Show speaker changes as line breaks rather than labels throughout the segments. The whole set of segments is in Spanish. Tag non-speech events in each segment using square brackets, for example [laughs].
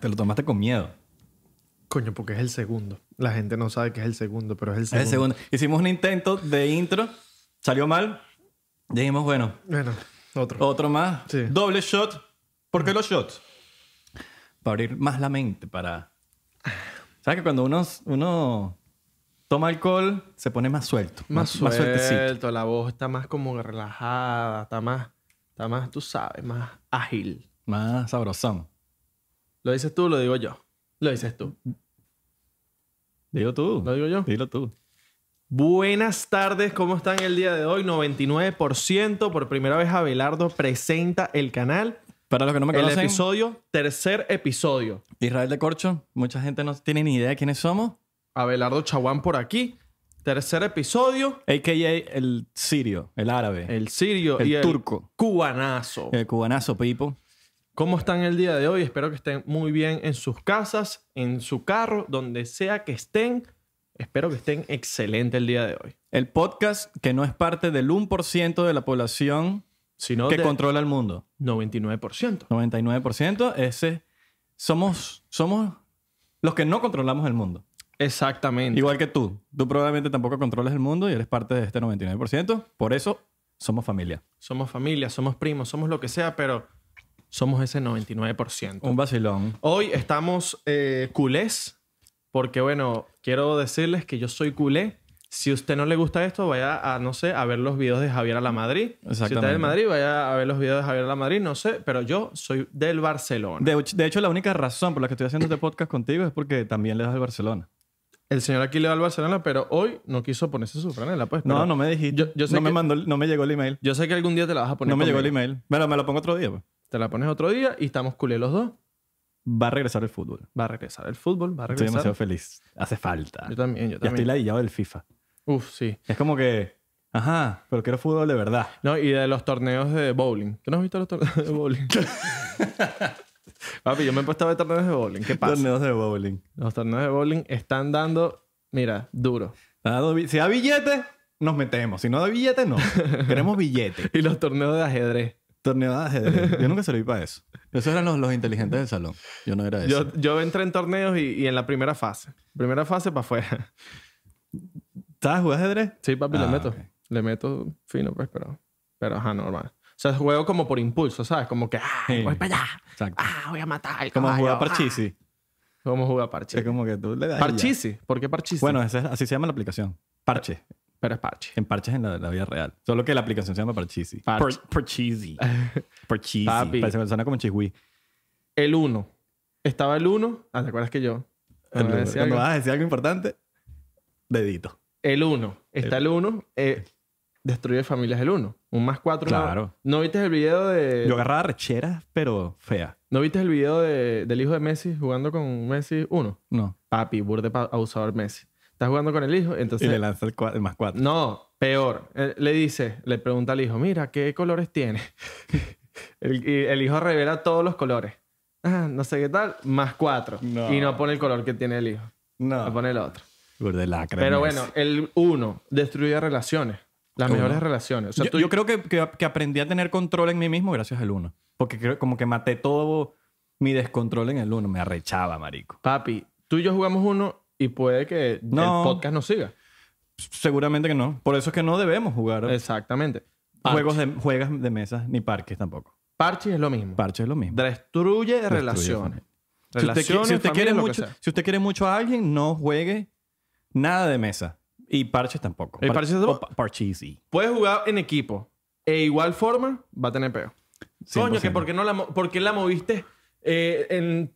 Te lo tomaste con miedo.
Coño, porque es el segundo. La gente no sabe que es el segundo, pero es el
Es
segundo.
el segundo. Hicimos un intento de intro. Salió mal. Dijimos, bueno,
Bueno, otro.
otro más.
Sí.
Doble shot. ¿Por qué los shots? Para abrir más la mente, para... ¿Sabes que cuando uno, uno toma alcohol, se pone más suelto?
más,
sueltecito.
suelto, la voz está más como relajada, está más, está más, tú sabes, más ágil.
Más sabrosón.
¿Lo dices tú o lo digo yo? Lo dices tú.
Digo tú.
¿Lo digo yo?
Dilo tú.
Buenas tardes, ¿cómo están el día de hoy? 99%. Por primera vez Abelardo presenta el canal.
Para los que no me
El
conocen,
episodio, tercer episodio.
Israel de Corcho, mucha gente no tiene ni idea de quiénes somos.
Abelardo Chaguán por aquí. Tercer episodio.
A.K.A. el sirio, el árabe,
El sirio
el,
y el
turco,
cubanazo.
el cubanazo, Pipo.
¿Cómo están el día de hoy? Espero que estén muy bien en sus casas, en su carro, donde sea que estén. Espero que estén excelente el día de hoy.
El podcast que no es parte del 1% de la población
Si no,
que
del
controla el mundo.
99%.
99%, ese somos, somos los que no controlamos el mundo.
Exactamente.
Igual que tú. Tú probablemente tampoco controlas el mundo y eres parte de este 99%. Por eso somos familia.
Somos familia, somos primos, somos lo que sea, pero somos ese 99%.
Un vacilón.
Hoy estamos eh, culés, porque bueno, quiero decirles que yo soy culé. Si usted no le gusta esto, vaya a, no sé, a ver los videos de Javier a la Madrid. Si usted es
Exactamente.
de Madrid, vaya a ver los videos de Javier a la Madrid, no sé, pero yo soy del Barcelona.
De, de hecho, la única razón por la que estoy haciendo este podcast contigo es porque también le das al Barcelona.
El señor aquí le va al Barcelona, pero hoy no quiso ponerse su franela, pues.
No,
pero
no me dijiste.
Yo- yo sé
no, me
que-
mandó, el- no me llegó el email.
Yo sé que algún día te la vas a poner.
No me llegó el
conmigo.
email. Bueno, me lo pongo otro día. pues.
Te la pones otro día y estamos culés los dos.
Va a regresar el fútbol.
Va a regresar el fútbol, va
Estoy
a regresar.
demasiado feliz. Hace falta.
Yo también, yo
Ya estoy
también.
ladillado del FIFA.
Uf, sí.
Es como que, ajá, pero quiero fútbol de verdad.
No, y de los torneos de bowling. ¿Tú no has visto los torneos de
[laughs]
bowling? Papi, yo me he puesto a ver torneos de bowling. ¿Qué pasa?
Torneos de bowling.
Los torneos de bowling están dando, mira, duro.
Ah, do- Si da billete, nos metemos. Si no da billete, [laughs] no. Queremos billete.
Y los torneos de ajedrez.
Torneo de ajedrez. Yo nunca serví para eso. Esos eran los, los inteligentes del salón. Yo no era eso.
Yo, yo entré en torneos y, y en la primera fase. Primera fase para afuera.
¿Sabes jugar ajedrez?
[laughs] Sí, papi,
Ah,
le meto.
ok.
Le meto fino, pues, pero, pero ajá, normal. O sea, juego como por impulso, ¿sabes? Como que, ah,
Sí.
voy para allá.
Exacto.
Ah, voy a matar al
Como
caballo.
jugar
Ah.
parchisi.
Como jugar
Es
parchisi.
como que tú le das. y ya.
Parchisi. ¿Por qué parchisi?
Bueno, esa es- así se llama la aplicación. Parche.
pero es parche.
En parches en la, la vida real. Solo que la aplicación se llama Parchisi.
Parch-
Per- [laughs] Parchisi. Parchisi.
Papi.
Parece que suena como chihui.
El 1. Estaba el 1. Ah, ¿te acuerdas que yo? Cuando
Cuando
decía algo-
vas a decir algo importante, dedito.
El 1. Está el 1. destruye familias el 1. Un más 4.
Claro.
¿No viste el video de.
Yo agarraba recheras, pero fea.
¿No viste el video de- del hijo de Messi jugando con Messi 1?
No.
Papi, burde pa- abusador Messi. Está jugando con el hijo,
Y
entonces.
le lanza el, cua- el más cuatro.
No, peor. Eh, Le dice, le pregunta al hijo, mira, ¿qué colores tiene? [laughs] el, y el hijo revela todos los colores. Ah, no sé qué tal, más 4.
No. Ah.
Y no pone el color que tiene el hijo.
No.
Le pone el otro.
Burde lacra.
Pero
Messi.
bueno, el uno destruye relaciones. Las
Uno.
mejores relaciones. O sea,
yo,
tú-
yo creo que, que- que aprendí a tener control en mí mismo gracias al uno. Porque creo, como que maté todo mi descontrol en el uno. Me arrechaba, marico.
papi, tú y yo jugamos uno y puede que
No.
el podcast no siga.
Seguramente que no. Por eso es que no debemos jugar
Exactamente. Parche.
juegos de, juegas de mesas ni parques tampoco.
Parche es lo mismo.
Parche es lo mismo.
Destruye,
familia.
relaciones.
Si usted, qui- si
Relaciones,
usted
familia,
quiere
lo que
mucho,
sea.
si usted quiere mucho a alguien, no juegue nada de mesa. Y parches tampoco.
¿Y
Par-
parches tampoco?
o pa- parches, sí.
Puedes jugar en equipo. E igual forma, va a tener peo. Coño,
100%.
que ¿por qué, no la, mo- por qué la moviste eh, en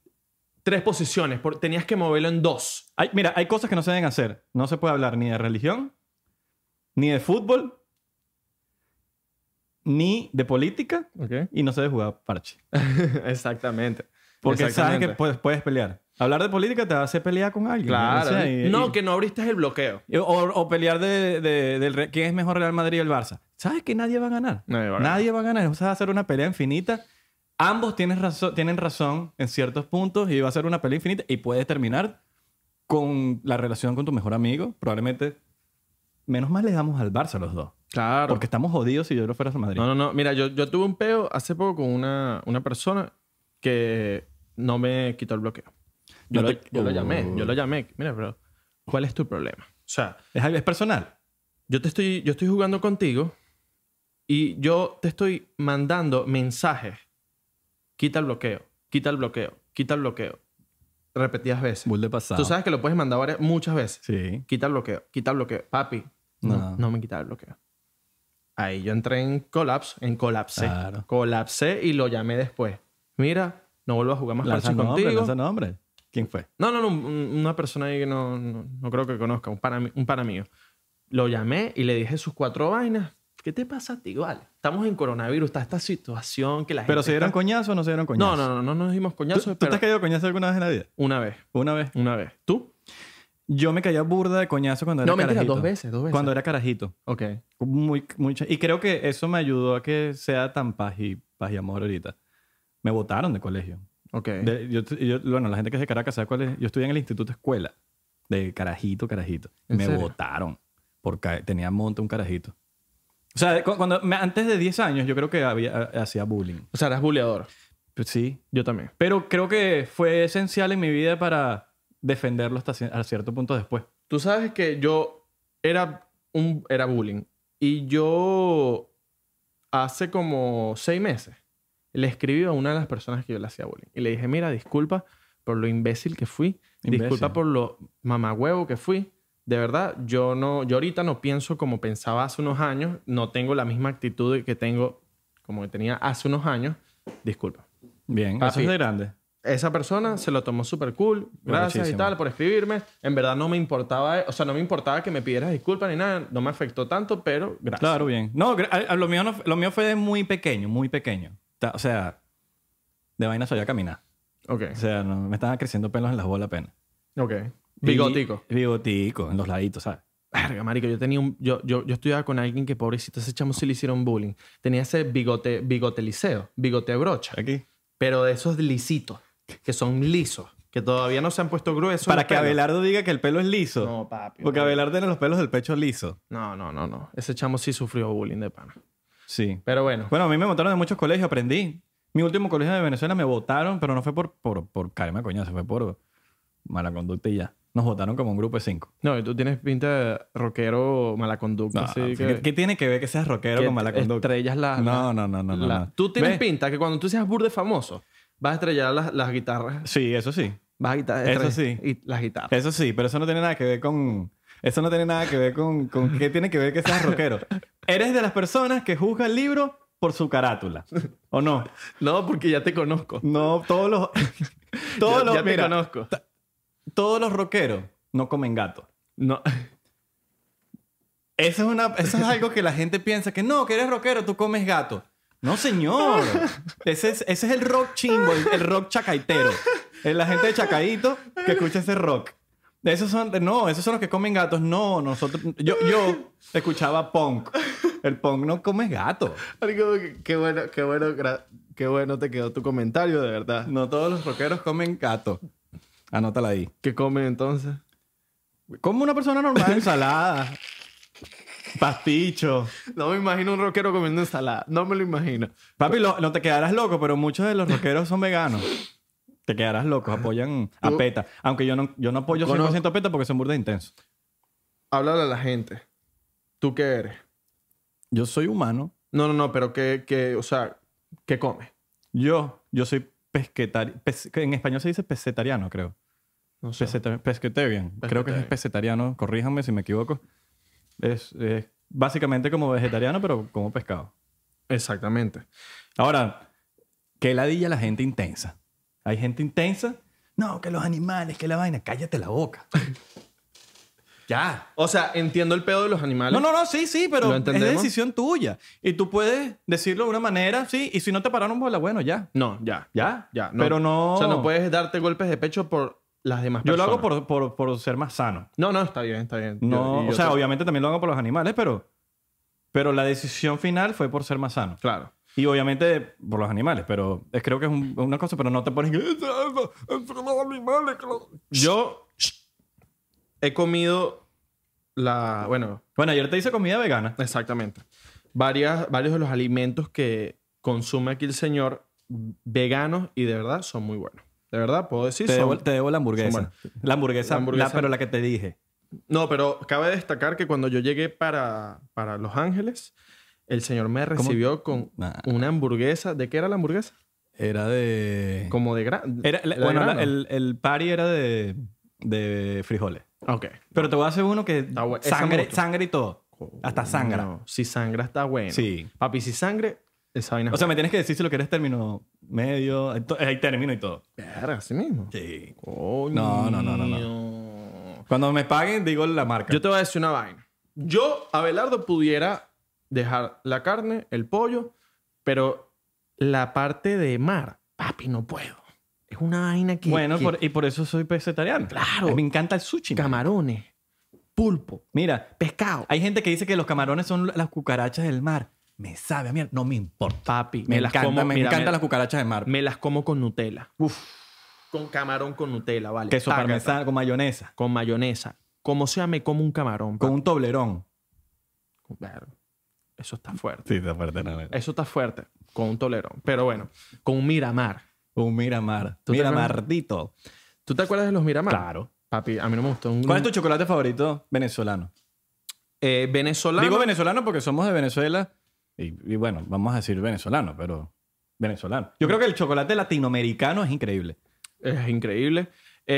tres posiciones? Por- tenías que moverlo en dos.
Hay- mira, hay cosas que no se deben hacer. No se puede hablar ni de religión, ni de fútbol, ni de política, y no se debe jugar parche.
[laughs] Exactamente.
Porque sabes que
Exactamente.
puedes, puedes pelear. Hablar de política te va a hacer pelear con alguien.
Claro.
O sea, y-
no,
y-
que no abriste el bloqueo.
O, o pelear de, de- del Re- quién es mejor Real Madrid o el Barça. ¿Sabes que nadie va a ganar?
Nadie va a ganar.
Nadie va a ganar. O sea, va a ser una pelea infinita. Ambos tienen razón, tienen razón en ciertos puntos y va a ser una pelea infinita y puede terminar con la relación con tu mejor amigo. Probablemente, menos mal le damos al Barça los dos.
Claro.
Porque estamos jodidos si yo no fuera a Madrid.
No, no, no. Mira, yo, yo tuve un peo hace poco con una, una persona que no me quitó el bloqueo. Yo,
No
lo,
te-
yo lo llamé,
Uh.
yo lo llamé. Mira, pero ¿cuál es tu problema? O sea,
Es, es personal.
yo te estoy, yo estoy jugando contigo y yo te estoy mandando mensajes. Quita el bloqueo, quita el bloqueo, quita el bloqueo. Repetidas veces.
Bull de pasado.
Tú sabes que lo puedes mandar varias, muchas veces.
Sí.
Quita el bloqueo, quita el bloqueo. Papi, no,
No.
no me quitaba el bloqueo. Ahí yo entré en colapso, en colapsé.
Claro.
Colapsé y lo llamé después. Mira, no vuelvo a jugar más
Lanza
parches
nombre,
contigo.
lanza nombre. ¿Quién fue?
No, no, no, un- una persona ahí que no, no, no creo que conozca, un pana, mi- un pana mío. Lo llamé y le dije sus cuatro vainas. ¿Qué te pasa a ti, vale? Estamos en coronavirus, está esta situación que la gente...
¿Pero se dieron
está-
coñazo o no se dieron coñazo?
No, no, no, no nos dimos
¿Tú,
coñazos,
tú te
pero
has caído coñazo alguna vez en la vida?
una vez,
Una vez.
una vez. ¿Tú?
Yo me caía burda de coñazo cuando era
No, mentira,
carajito.
dos veces, dos veces.
Cuando era carajito.
Ok.
Muy, mucha- Y creo que eso me ayudó a que sea tan paz y, paz y amor ahorita. Me votaron de colegio.
Ok.
De- yo, yo- bueno, la gente que es de Caracas sabe cuál es. Yo estudié en el Instituto Escuela. De carajito, carajito.
¿En
Me
serio?
votaron. Porque tenía monte un carajito. O sea, cu- cuando, me- antes de 10 años yo creo que había, ha- hacía bullying.
O sea, eras buleador.
Pues sí.
Yo también.
Pero creo que fue esencial en mi vida para defenderlo hasta ci- a cierto punto después.
Tú sabes que yo era un era bullying y yo hace como seis meses le escribí a una de las personas que yo le hacía bullying y le dije mira disculpa por lo imbécil que fui disculpa
Imbécil.
por lo mamagüevo que fui de verdad yo no yo ahorita no pienso como pensaba hace unos años no tengo la misma actitud que tengo como que tenía hace unos años disculpa
Bien, eso
Papi.
es de grande.
esa persona se lo tomó súper cool. Gracias y
Arrechísimo.
tal por escribirme. En verdad no me importaba, o sea, no me importaba que me pidieras disculpas ni nada. No me afectó tanto, pero gracias.
Claro, bien. No, gra- a- a lo mío, no f- lo mío fue de muy pequeño, muy pequeño. Ta- O sea, de vaina sabía caminar.
Ok.
O sea, no, me estaban creciendo pelos en las bolas apenas.
Ok.
Y-
Bigotico.
bigotico, en los laditos, ¿sabes?
Verga, marico, yo tenía un... Yo, yo, yo estudiaba con alguien que, pobrecito, ese chamo sí le hicieron bullying. Tenía ese bigote, bigote liceo, bigote brocha.
Aquí.
Pero de esos lisitos, que son lisos, que todavía no se han puesto gruesos.
Para que
los pelos.
Abelardo diga que el pelo es liso.
No, papi.
porque
no.
Abelardo tiene los pelos del pecho liso.
No, no, no, no. Ese chamo sí sufrió bullying de pana.
Sí.
Pero bueno.
Bueno, a mí me votaron de muchos colegios, aprendí. Mi último colegio de Venezuela me votaron, pero no fue por, por, por caerme a coñazo, fue por mala conducta y ya. Nos votaron como un grupo de cinco.
No, y tú tienes pinta de rockero mala conducta.
No,
así
¿qué,
que,
qué tiene que ver que seas rockero
que
con mala conducta?
Estrellas las.
No, no, no, no, no, no.
Tú tienes
¿Ves?
pinta que cuando tú seas burde famoso, vas a estrellar las, las guitarras.
Sí, eso sí.
Vas a guitar-
Eso
estrellar-
sí.
Y las guitarras.
Eso sí, pero eso no tiene nada que ver con... Eso no tiene nada que ver con... con ¿Qué tiene que ver que seas rockero? Eres de las personas que juzga el libro por su carátula. ¿O no?
No, porque ya te conozco.
No, todos los... [laughs] Todos
ya,
los...
ya
mira,
te conozco.
todos los rockeros no comen gato.
No.
Eso es, una, eso es algo que la gente piensa que no, que eres rockero, tú comes gato. No, señor. Ese es, ese es el rock chimbo, el, el rock chacaitero. Es la gente de Chacaito que escucha ese rock. Esos son, no, esos son los que comen gatos. No, nosotros, yo, yo escuchaba punk. El punk no comes gato.
Marico, qué- qué bueno, qué bueno, gra- qué bueno te quedó tu comentario, de verdad.
No todos los rockeros comen gato. Anótala ahí.
¿Qué comen entonces?
Como una persona normal, ensalada, pasticho.
No me imagino un rockero comiendo ensalada. No me lo imagino.
Papi, lo- no te quedarás loco, pero muchos de los rockeros son veganos. Te quedarás loco, apoyan a
Tú-
PETA. Aunque yo no, yo no apoyo
Conozco-
100% a PETA porque son burdas intensos.
Háblale a la gente. ¿Tú qué eres?
Yo soy humano.
No, no, no, pero que, que o sea, ¿qué comes?
Yo, yo soy pesquetari... pes- que en español se dice pesetariano, creo.
No sé.
Peseta- pesquetarian. Creo que es
Pesquetarian.
pesetariano. Corríjanme si me equivoco. Es, es básicamente como vegetariano, pero como pescado.
Exactamente.
Ahora, que ladilla la gente intensa. Hay gente intensa. No, que los animales, que la vaina. Cállate la
[laughs]
boca. ya.
O sea, entiendo el pedo de los animales.
No, no, no, sí, sí, pero
¿Lo
es
entendemos?
decisión tuya. Y tú puedes decirlo de una manera, sí, y si no te pararon bola, bueno, ya.
no. ya.
Ya,
Ya.
Pero no.
O sea, no puedes darte golpes de pecho por las demás
Yo lo
personas.
hago por, por, por ser más sano.
No, no, está bien, está bien. Yo-
No,
y yo
o sea,
te-
obviamente también lo hago por los animales, pero. Pero la decisión final fue por ser más sano.
Claro.
Y obviamente por los animales, pero es, creo que es un- una cosa, pero no te pones.
Yo he comido la... Bueno,
Bueno, ayer te hice comida vegana.
exactamente. Varias, varios de los alimentos que consume aquí el señor veganos y de verdad son muy buenos. De verdad, puedo decir.
Te
son-
debo, te debo la hamburguesa.
son
La hamburguesa,
La hamburguesa-
la- pero la que te dije.
No, pero cabe destacar que cuando yo llegué para, para Los Ángeles, el señor me
¿Cómo? Ah.
recibió con
Nah,
una hamburguesa. ¿De qué era la hamburguesa?
era de...
Como de gran.
Era- la- bueno, la- el, el party era de, de frijoles.
Ok.
Pero te voy a hacer uno que...
Ah, bueno, esa me
Sangre,
gustó.
sangre y todo. Hasta sangra.
No, si sangra está bueno.
Sí.
Papi, si sangre, esa vaina.
O sea, me tienes que decir si lo quieres término medio. Hay to- hay término y todo.
verga, así mismo.
Sí.
Coño.
No, no, no, no, Cuando me paguen, digo la marca.
Yo te voy a decir una vaina. Yo, Abelardo, pudiera dejar la carne, el pollo, pero la parte de mar, papi, no puedo. Es una vaina que.
bueno,
que-
por- y por eso soy vegetariano.
Claro.
Me encanta el sushi. man.
Camarones, pulpo,
Mira,
pescado.
hay gente que dice que los camarones son las cucarachas del mar. Me sabe a mierda. No me importa.
Papi,
Me, encanta, me
mira,
encantan
me-
las cucarachas del mar.
me las como con Nutella.
Uf.
Con camarón con Nutella, vale.
Queso
Tácata.
parmesano con mayonesa.
Con mayonesa. Como sea, me como un camarón.
Con un toblerón.
papi. Claro. Eso está fuerte.
Sí, te aparte
Eso está fuerte. Con un tolerón. Pero bueno, con un miramar.
Un miramar.
¿Tú te
Miramardito.
¿Tú te acuerdas de los miramar?
Claro.
Papi, a mí no me gustó. Un,
¿Cuál es tu chocolate favorito venezolano?
Eh, venezolano.
Digo venezolano porque somos de Venezuela. Y, y bueno, vamos a decir venezolano, pero venezolano. Yo creo que el chocolate latinoamericano es increíble.
es increíble.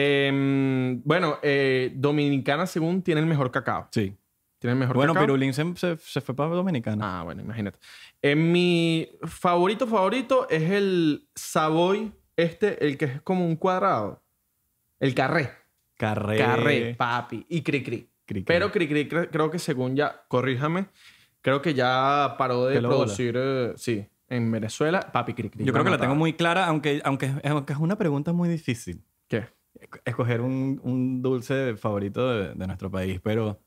Eh, bueno, eh, Dominicana, según, tiene el mejor cacao.
Sí.
Tiene el mejor
Bueno,
cacao.
Pirulín se, se- se fue para Dominicana.
Ah, bueno, imagínate. Eh, mi favorito favorito es el Savoy, este, el que es como un cuadrado. El carré.
Carré.
Carré, papi. Y cri cri.
Cri, cri.
Pero cri cri cre- creo que según ya, corríjame, creo que ya paró de
Que lo bola.
producir, eh, sí, en Venezuela, papi cri cri.
Yo creo que la tengo
mataba.
muy clara, aunque, aunque, aunque es una pregunta muy difícil.
¿Qué?
Escoger un, un dulce favorito de, de nuestro país, pero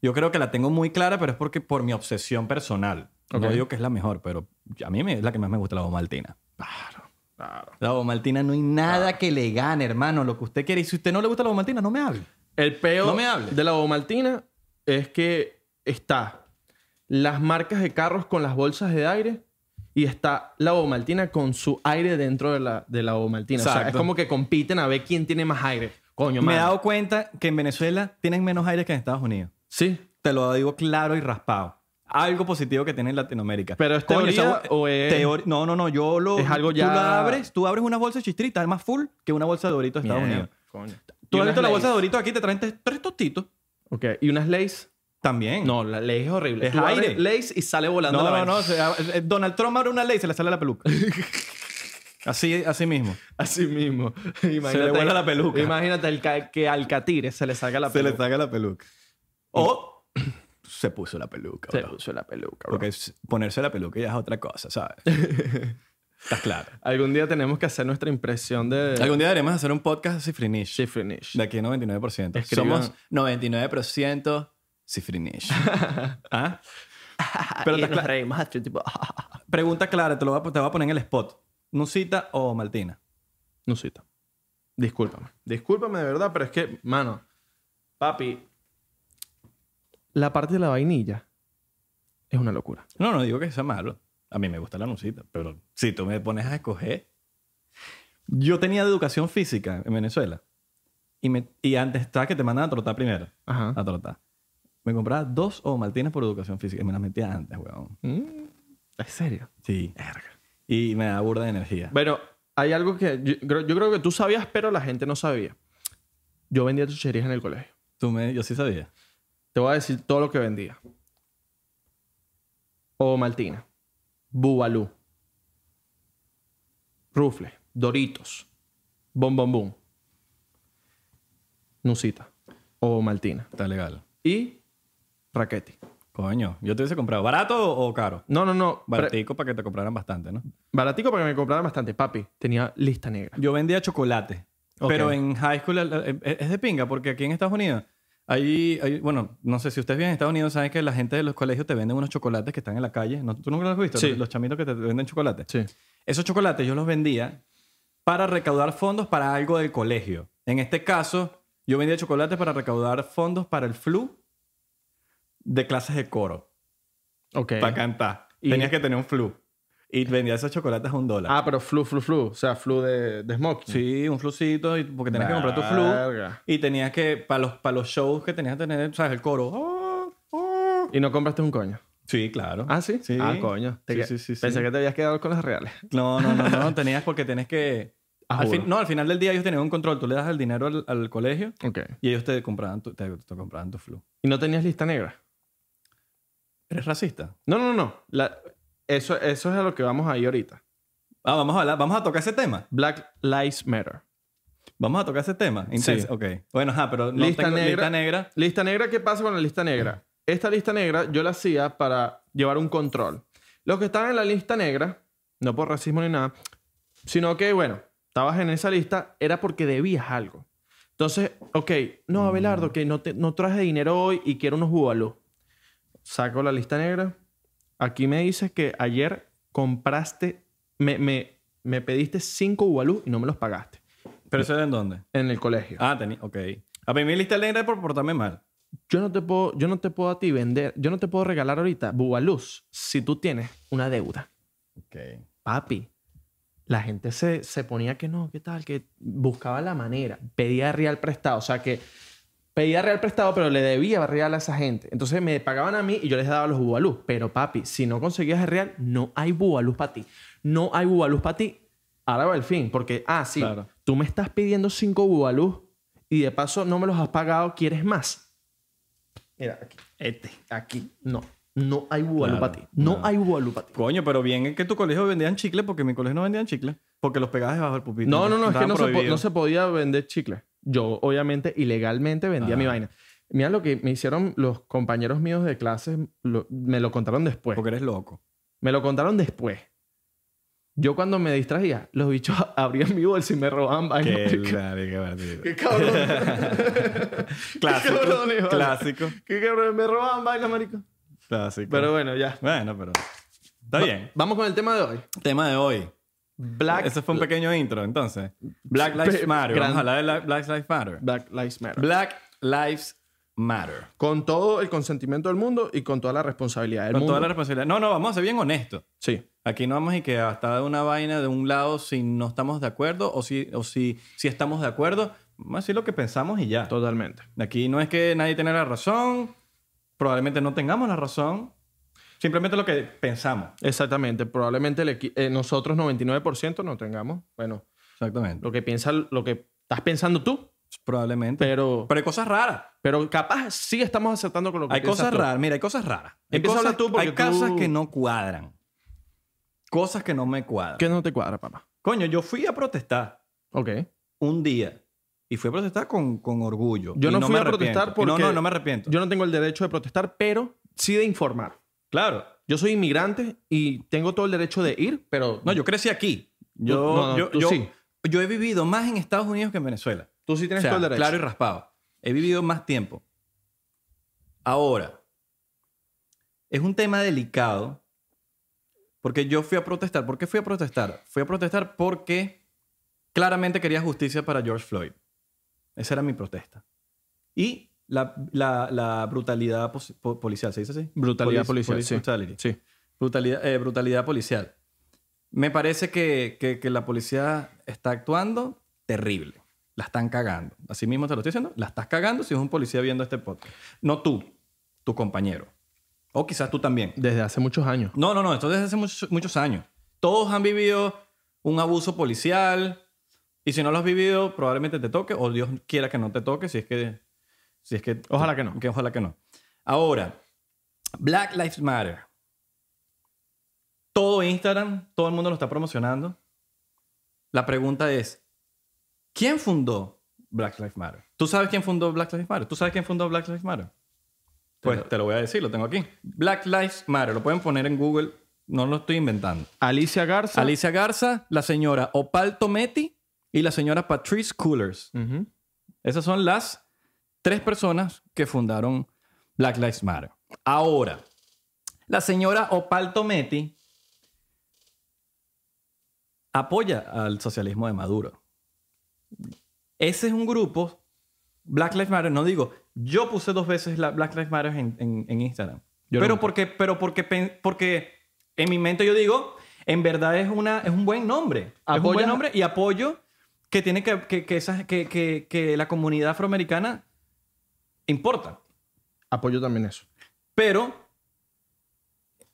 yo creo que la tengo muy clara, pero es porque por mi obsesión personal. No
Ok.
digo que es la mejor, pero a mí me- es la que más me gusta, la bomaltina.
Claro, claro.
La bomaltina no hay
Ah.
nada que le gane, hermano, lo que usted quiere. Y si usted no le gusta la bomaltina, no me hable.
El peor
No me hables.
de la Bomaltina es que está las marcas de carros con las bolsas de aire y está la Bomaltina con su aire dentro de la, de la Bomaltina. O sea, es
Exacto.
como que compiten a ver quién tiene más aire. Coño,
Me he
mano.
dado cuenta que en Venezuela tienen menos aire que en Estados Unidos.
Sí.
Te lo digo claro y raspado. Algo positivo que tiene en Latinoamérica.
¿Pero es teoría
esa-
o es-
teori- No, no, no. Yo lo...
Es algo
Tú
ya-
la abres, tú abres una bolsa de chistrita, es más full que una bolsa de Doritos de Estados
Mierda,
Unidos.
Coño.
Tú
¿Y
has
unas
visto la bolsa de
Lay's?
Doritos aquí, te traen tres, tres tostitos.
Ok. ¿Y unas Lays?
También.
No, la Lays es horrible.
Es
Tú abres
aire.
Lays y sale volando
no,
la
no.
vaina.
no,
[laughs]
se- eh, Donald Trump abre una ley y se le sale la peluca. [laughs] así, así mismo. [laughs]
Así mismo. Imagínate,
vuela la peluca.
Imagínate el ca- que al catire se le salga la
se le
peluca.
saca la peluca. O [clears throat] se puso la peluca.
Se
bro.
puso la peluca, bro.
Porque es- ponerse la peluca ya es otra cosa, [laughs] ¿sabes? Estás claro.
Algún día tenemos que hacer nuestra impresión de
Algún día haremos hacer un podcast de Cifrinish.
Schifrinish.
De aquí 99%.
Escriban-
Somos 99% [laughs] Cifrinish. ¿Ah?
Pero
Y
está
nos
claro.
[laughs] Pregunta clara, te, lo voy a, te voy a poner en el spot. ¿Nucita o Maltina?
No cita. Discúlpame. Discúlpame de verdad, pero es que, mano, papi, la parte de la vainilla es una locura.
No, no digo que sea malo. A mí me gusta la Nucita, pero si tú me pones a escoger. Yo tenía educación física en Venezuela. Y, me, y antes estaba que te mandaban a trotar primero.
Ajá.
A trotar. Me compraba dos o Maltinas por educación física. Y me las metía antes, weón.
Mm, ¿En serio?
Sí. Y me da burda de energía.
Bueno, hay algo que yo, creo- yo creo que tú sabías, pero la gente no sabía. Yo vendía chucherías en el colegio.
Tú me, yo sí sabía.
Te voy a decir todo lo que vendía. O Maltina. Bubalú. Rufles. Doritos. Bom Bom Boom. Nusita. O Maltina.
Está legal.
Y Raquetti.
Coño, yo te hubiese comprado. ¿Barato o, o caro?
No, no, no. Pre-
Baratico para que te compraran bastante, ¿no?
Baratico para que me compraran bastante. Papi, tenía lista negra.
Yo vendía chocolate.
Ok.
Pero en high school eh, eh, es de pinga, porque aquí en Estados Unidos, ahí, ahí- bueno, no sé si ustedes viven en Estados Unidos, saben que la gente de los colegios te venden unos chocolates que están en la calle. ¿No? ¿Tú nunca los has visto?
Sí.
Los chamitos que te venden chocolate.
Sí.
Esos chocolates yo los vendía para recaudar fondos para algo del colegio. En este caso, yo vendía chocolates para recaudar fondos para el flu de clases de coro.
Ok.
para cantar.
Y-
Tenías que tener un flu. y vendía esos chocolates a un dólar.
Ah, pero flu, flu, flu. O sea, flu de, de smoke.
Sí, un flucito, y- porque tenías que comprar tu flu.
Verga.
Y tenías que, para los, para los shows que tenías que tener, ¿sabes? El coro. Ah, ah.
Y no compraste un coño.
Sí, claro.
Ah, sí.
Sí.
Ah, coño. Te
Sí,
que-
sí, sí, sí.
Pensé que te habías quedado con las reales.
No, no, no, no. Tenías porque tenías [laughs] que.
Ah,
al
juro.
fin- no, al final del día ellos tenían un control. Tú le das el dinero al, al colegio
Ok.
y ellos te compraban tu, te, te compraban tu flu.
¿Y no tenías lista negra?
¿Eres racista?
No, no, no. La- eso, eso es a lo que vamos ahí ahorita.
Ah, vamos a hablar, vamos a tocar ese tema.
Black Lives Matter.
Vamos a tocar ese tema. Intenso. Ok. Bueno, ajá, pero no
Lista
tengo-
negra.
lista negra.
Lista negra, ¿qué pasa con la lista negra? Esta lista negra yo la hacía para llevar un control. Los que estaban en la lista negra, no por racismo ni nada, sino que, bueno, estabas en esa lista, era porque debías algo. Entonces, ok, no, Abelardo, que no, te- no traje dinero hoy y quiero unos bubalú. Saco la lista negra. Aquí me dices que ayer compraste, me, me, me pediste cinco bubalú y no me los pagaste
¿Pero eso era en dónde?
en el colegio.
Ah, tenía. Ok. A mí mi lista negra es por portarme mal.
yo no te puedo, yo no te puedo a ti vender, yo no te puedo regalar ahorita bubaluz si tú tienes una deuda.
Ok.
Papi, la gente se, se ponía que no, ¿qué tal? Que buscaba la manera, pedía real prestado, o sea que pedía real prestado, pero le debía real a esa gente. Entonces me pagaban a mí y yo les daba los bubaluz. Pero papi, si no conseguías el real, no hay bubaluz para ti. No hay bubaluz para ti. Ahora va el fin, porque, ah, sí,
Claro.
tú me estás pidiendo cinco bubaluz y de paso no me los has pagado, ¿quieres más? Mira, aquí. Este, aquí. No, no hay bubalú
Claro,
para ti. No
claro.
hay bubalú para ti.
Coño, pero bien es que tu colegio vendían chicle porque mi colegio no vendían chicle. Porque los pegabas debajo del pupitre.
No, no, no, es que
Estaban
no se, po-
prohibidos.
no se podía vender chicle. Yo, obviamente, ilegalmente vendía
Ajá.
mi vaina. Mira lo que me hicieron los compañeros míos de clases, lo- me lo contaron después.
Porque eres
[laughs]
loco.
Me lo contaron después. Yo cuando me distraía, los bichos [laughs] abrían mi bolsa y me robaban vaina.
Qué,
[laughs] Qué,
dale, qué barbaridad. [laughs]
cabrón.
Clásico.
Qué cabrón, Iván.
clásico.
Qué cabrón, me robaban vaina, marico.
Clásico.
Pero bueno, ya.
bueno, pero. Está
Va-
bien.
Vamos con el tema de hoy.
Tema de hoy.
Black,
Ese fue un pequeño intro, entonces. Black
Pe-
Lives Matter.
gran-
Vamos a hablar de la- Black Lives Matter.
Black Lives Matter.
Black Lives Matter.
Con todo el consentimiento del mundo y con toda la responsabilidad del
Con
mundo.
toda la responsabilidad. No, no, vamos a ser bien honestos.
Sí.
Aquí no vamos y que hasta de una vaina de un lado si no estamos de acuerdo o si, o si, si estamos de acuerdo. Vamos a decir lo que pensamos y ya.
Totalmente.
Aquí no es que nadie tenga la razón. Probablemente no tengamos la razón. Simplemente lo que pensamos.
Exactamente. Probablemente el equi- eh, nosotros 99% no tengamos, bueno,
Exactamente.
lo que piensa, lo que estás pensando tú,
Probablemente.
pero,
Pero hay cosas raras.
pero capaz sí estamos aceptando con lo que
Hay
piensas
cosas
tú.
raras. Mira, hay cosas raras. Hay cosas,
Empieza a hablar tú porque
hay cosas
tú-
que no cuadran. Cosas que no me cuadran.
¿Qué no te cuadra, papá?
Coño, yo fui a protestar
Ok.
un día. Y fui a protestar con, con orgullo.
Yo
Y
no fui
me
a protestar
arrepiento. Y
porque-
No, no, no me arrepiento.
Yo no tengo el derecho de protestar, pero sí de informar.
Claro.
Yo soy inmigrante y tengo todo el derecho de ir, pero
No, yo crecí aquí. Yo,
no, no,
yo,
tú
yo,
sí.
yo he vivido más en Estados Unidos que en Venezuela.
tú
O
sí tienes
sea,
todo el derecho.
claro y raspado. He vivido más tiempo. Ahora, es un tema delicado porque yo fui a protestar. ¿Por qué fui a protestar? Fui a protestar porque claramente quería justicia para George Floyd. Esa era mi protesta. Y la, la- la brutalidad pos- po- policial, ¿se dice así?
Brutalidad
Police-
policial,
police
sí.
brutality.
Sí.
Brutalidad, eh, brutalidad policial. Me parece que, que- que la policía está actuando terrible. La están cagando. Así mismo te lo estoy diciendo. La estás cagando si es un policía viendo este podcast. No tú, tu compañero. O quizás tú también.
Desde hace muchos años.
No, no, no. Esto desde hace muchos, muchos años. Todos han vivido un abuso policial. Y si no lo has vivido, probablemente te toque. O Dios quiera que no te toque si es que... Si es que
Ojalá que no.
que ojalá que no. Ahora, Black Lives Matter. Todo Instagram, todo el mundo lo está promocionando. La pregunta es, ¿quién fundó Black Lives Matter? ¿Tú sabes quién fundó Black Lives Matter? ¿Tú sabes quién fundó Black Lives Matter? Pues te lo voy a decir, lo tengo aquí. Black Lives Matter, lo pueden poner en Google, no lo estoy inventando.
Alicia Garza.
Alicia Garza, la señora Opal Tometi y la señora Patrice Coolers.
Ujú.
Esas son las tres personas que fundaron Black Lives Matter. Ahora, la señora Opal Tometi apoya al socialismo de Maduro. Ese es un grupo, Black Lives Matter, no digo, yo puse dos veces la Black Lives Matter en, en- en Instagram.
Yo
pero
nunca.
porque, pero porque, pen- porque en mi mente yo digo, en verdad es, una, es un buen nombre. Es un
Apoya-
buen nombre y apoyo que tiene que, que, que, esas- que, que, que la comunidad afroamericana importa.
Apoyo también eso.
Pero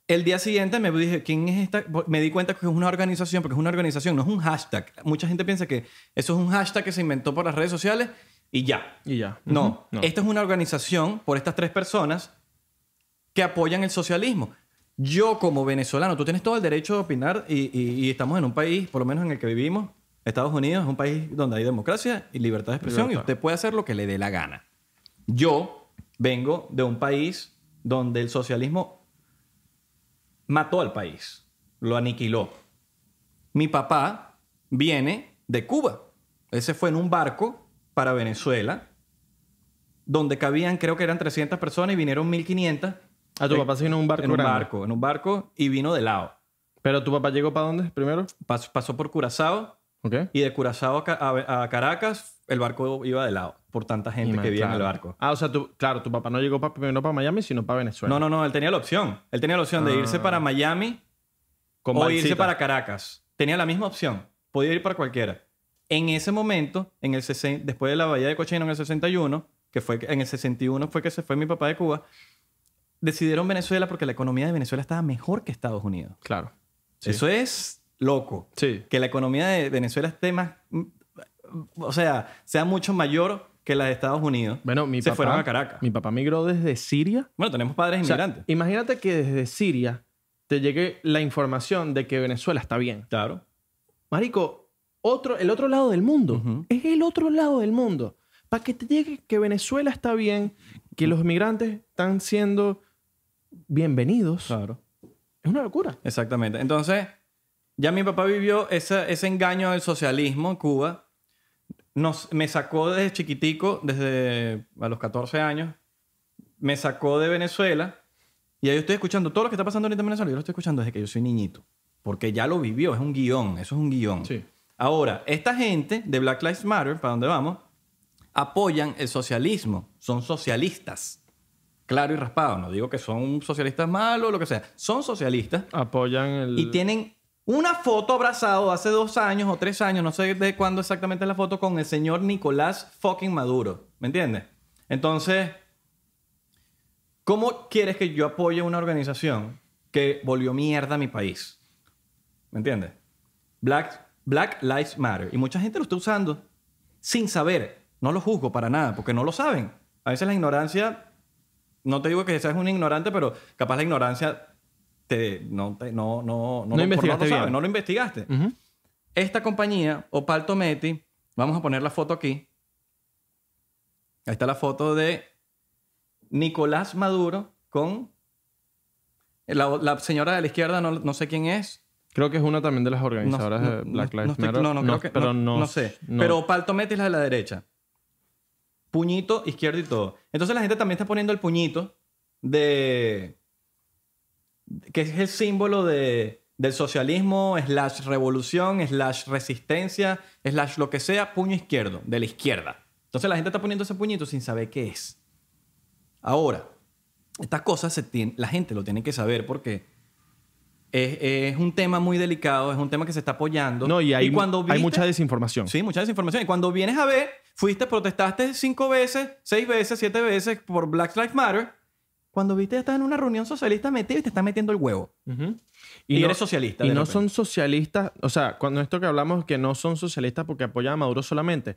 el día siguiente me dije, ¿quién es esta? Me di cuenta que es una organización, porque es una organización, no es un hashtag. Mucha gente piensa que eso es un hashtag que se inventó por las redes sociales y ya.
Y ya.
No,
Ujú.
esto es una organización por estas tres personas que apoyan el socialismo. Yo como venezolano, tú tienes todo el derecho de opinar y, y- y estamos en un país, por lo menos en el que vivimos, Estados Unidos es un país donde hay democracia y libertad de expresión y
Libertad.
usted puede hacer lo que le dé la gana. Yo vengo de un país donde el socialismo mató al país, lo aniquiló. Mi papá viene de Cuba. Él se fue en un barco para Venezuela, donde cabían, creo que eran 300 personas y vinieron 1500.
A tu papá se vino en un barco
En un
grande.
barco, en un barco y vino de lado.
Pero tu papá llegó para dónde primero?
Pasó, pasó por Curazao
Ok.
y de Curazao a, Ca- a- a Caracas el barco iba de lado por tanta gente
Y
que vivía en el
claro.
barco.
Ah, o sea, tú, claro, tu papá no llegó pa- primero para Miami, sino para Venezuela.
No, no, no, él tenía la opción. Él tenía la opción de irse para Miami
Ah. Con
o
balsita.
irse para Caracas. Tenía la misma opción. Podía ir para cualquiera. En ese momento, en el sesen- después de la Bahía de Cochino en el 61, que fue que- en el 61 fue que se fue mi papá de Cuba, decidieron Venezuela porque la economía de Venezuela estaba mejor que Estados Unidos.
Claro. Sí.
Eso es loco.
Sí.
Que la economía de Venezuela esté más, o sea, sea mucho mayor que la de Estados Unidos.
Bueno, mi
se
papá.
fueron a Caracas.
Mi papá migró desde Siria.
Bueno, tenemos padres
O sea,
inmigrantes.
imagínate que desde Siria te llegue la información de que Venezuela está bien.
Claro.
Marico, otro, el otro lado del mundo.
Ujú.
Es el otro lado del mundo. Para que te llegue que Venezuela está bien, que los migrantes están siendo bienvenidos.
Claro.
Es una locura.
Exactamente. Entonces, ya mi papá vivió esa- ese engaño del socialismo en Cuba. Nos, me sacó desde chiquitico, desde a los 14 años, me sacó de Venezuela y ahí yo estoy escuchando todo lo que está pasando ahorita en Venezuela. Yo lo estoy escuchando desde que yo soy niñito, porque ya lo vivió, es un guión, eso es un guión.
Sí.
Ahora, esta gente de Black Lives Matter, para dónde vamos, apoyan el socialismo, son socialistas. Claro y raspado, no digo que son socialistas malos o lo que sea, son socialistas
Apoyan el.
y tienen una foto abrazado hace dos años o tres años, no sé de cuándo exactamente es la foto, con el señor Nicolás fucking Maduro. ¿Me entiendes? Entonces, ¿cómo quieres que yo apoye una organización que volvió mierda a mi país? ¿Me entiendes? Black, Black Lives Matter. Y mucha gente lo está usando sin saber. No lo juzgo para nada, porque no lo saben. A veces la ignorancia no te digo que seas un ignorante, pero capaz la ignorancia te, no, te- no, no, no,
No
lo- por
investigaste
no lo
bien.
sabes, no lo investigaste.
Ujú.
Esta compañía, Opal Tometi, vamos a poner la foto aquí. Ahí está la foto de Nicolás Maduro con la, la señora de la izquierda, no, no sé quién es.
Creo que es una también de las
No-
organizadoras
no-
de Black
no- no
Lives
estoy-
Matter.
No, no, creo que-
pero
no, no sé.
no.
Pero Opal Tometi es la de la derecha. Puñito izquierdo y todo. Entonces la gente también está poniendo el puñito de... que es el símbolo de, del socialismo, slash revolución, slash resistencia, slash lo que sea, puño izquierdo, de la izquierda. Entonces la gente está poniendo ese puñito sin saber qué es. Ahora, estas cosas se tien- la gente lo tiene que saber porque es, es un tema muy delicado, es un tema que se está apoyando.
No, y hay,
cuando
hay
viste-
mucha desinformación.
Sí, mucha desinformación. Y cuando vienes a ver, fuiste, protestaste cinco veces, seis veces, siete veces por Black Lives Matter. Cuando viste, estás en una reunión socialista metido y te están metiendo el huevo.
Ujú.
Y eres socialista,
Y
de
no
repente.
son socialistas. O sea, cuando esto que hablamos que no son socialistas porque apoyan a Maduro solamente.